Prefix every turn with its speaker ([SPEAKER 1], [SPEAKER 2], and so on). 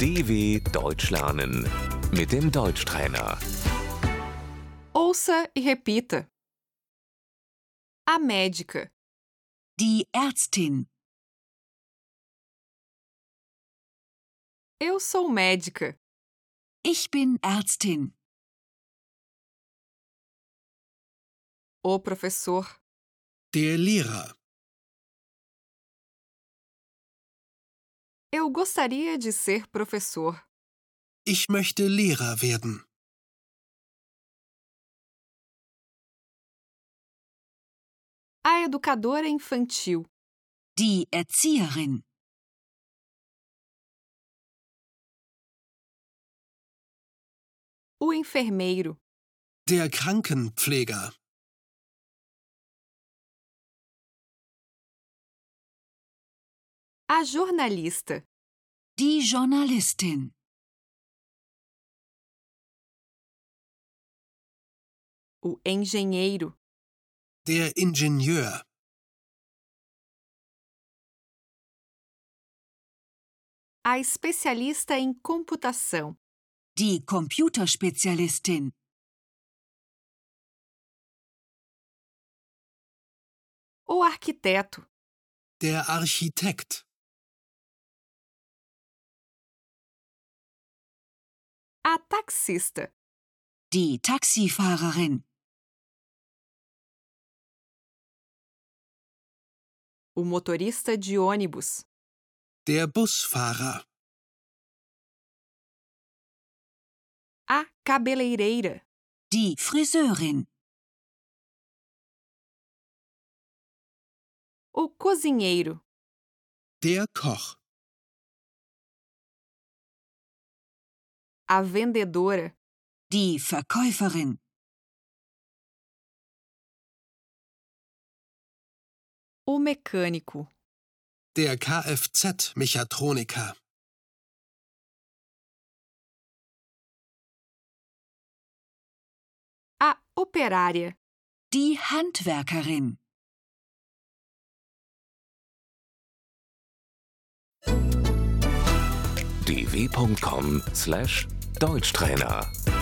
[SPEAKER 1] DW Deutsch lernen mit dem Deutschtrainer.
[SPEAKER 2] Ouça e repita. A médica.
[SPEAKER 3] Die Ärztin.
[SPEAKER 2] Eu sou médica.
[SPEAKER 3] Ich bin Ärztin.
[SPEAKER 2] O professor.
[SPEAKER 4] Der Lehrer.
[SPEAKER 2] Eu gostaria de ser professor.
[SPEAKER 4] Ich möchte Lehrer werden.
[SPEAKER 2] A educadora infantil.
[SPEAKER 3] Die Erzieherin.
[SPEAKER 2] O enfermeiro.
[SPEAKER 4] Der Krankenpfleger.
[SPEAKER 2] A jornalista.
[SPEAKER 3] Die Journalistin.
[SPEAKER 2] O engenheiro.
[SPEAKER 4] Der Ingenieur.
[SPEAKER 2] A especialista em computação.
[SPEAKER 3] Die Computerspezialistin.
[SPEAKER 2] O arquiteto.
[SPEAKER 4] Der Architekt.
[SPEAKER 2] A taxista.
[SPEAKER 3] Die Taxifahrerin.
[SPEAKER 2] O motorista de ônibus.
[SPEAKER 4] Der Busfahrer.
[SPEAKER 2] A cabeleireira.
[SPEAKER 3] Die Friseurin.
[SPEAKER 2] O cozinheiro.
[SPEAKER 4] Der Koch.
[SPEAKER 2] A vendedora.
[SPEAKER 3] Die Verkäuferin.
[SPEAKER 2] O mecânico.
[SPEAKER 4] Der Kfz-Mechatroniker.
[SPEAKER 2] A operária.
[SPEAKER 3] Die Handwerkerin.
[SPEAKER 1] dw.com/deutschtrainer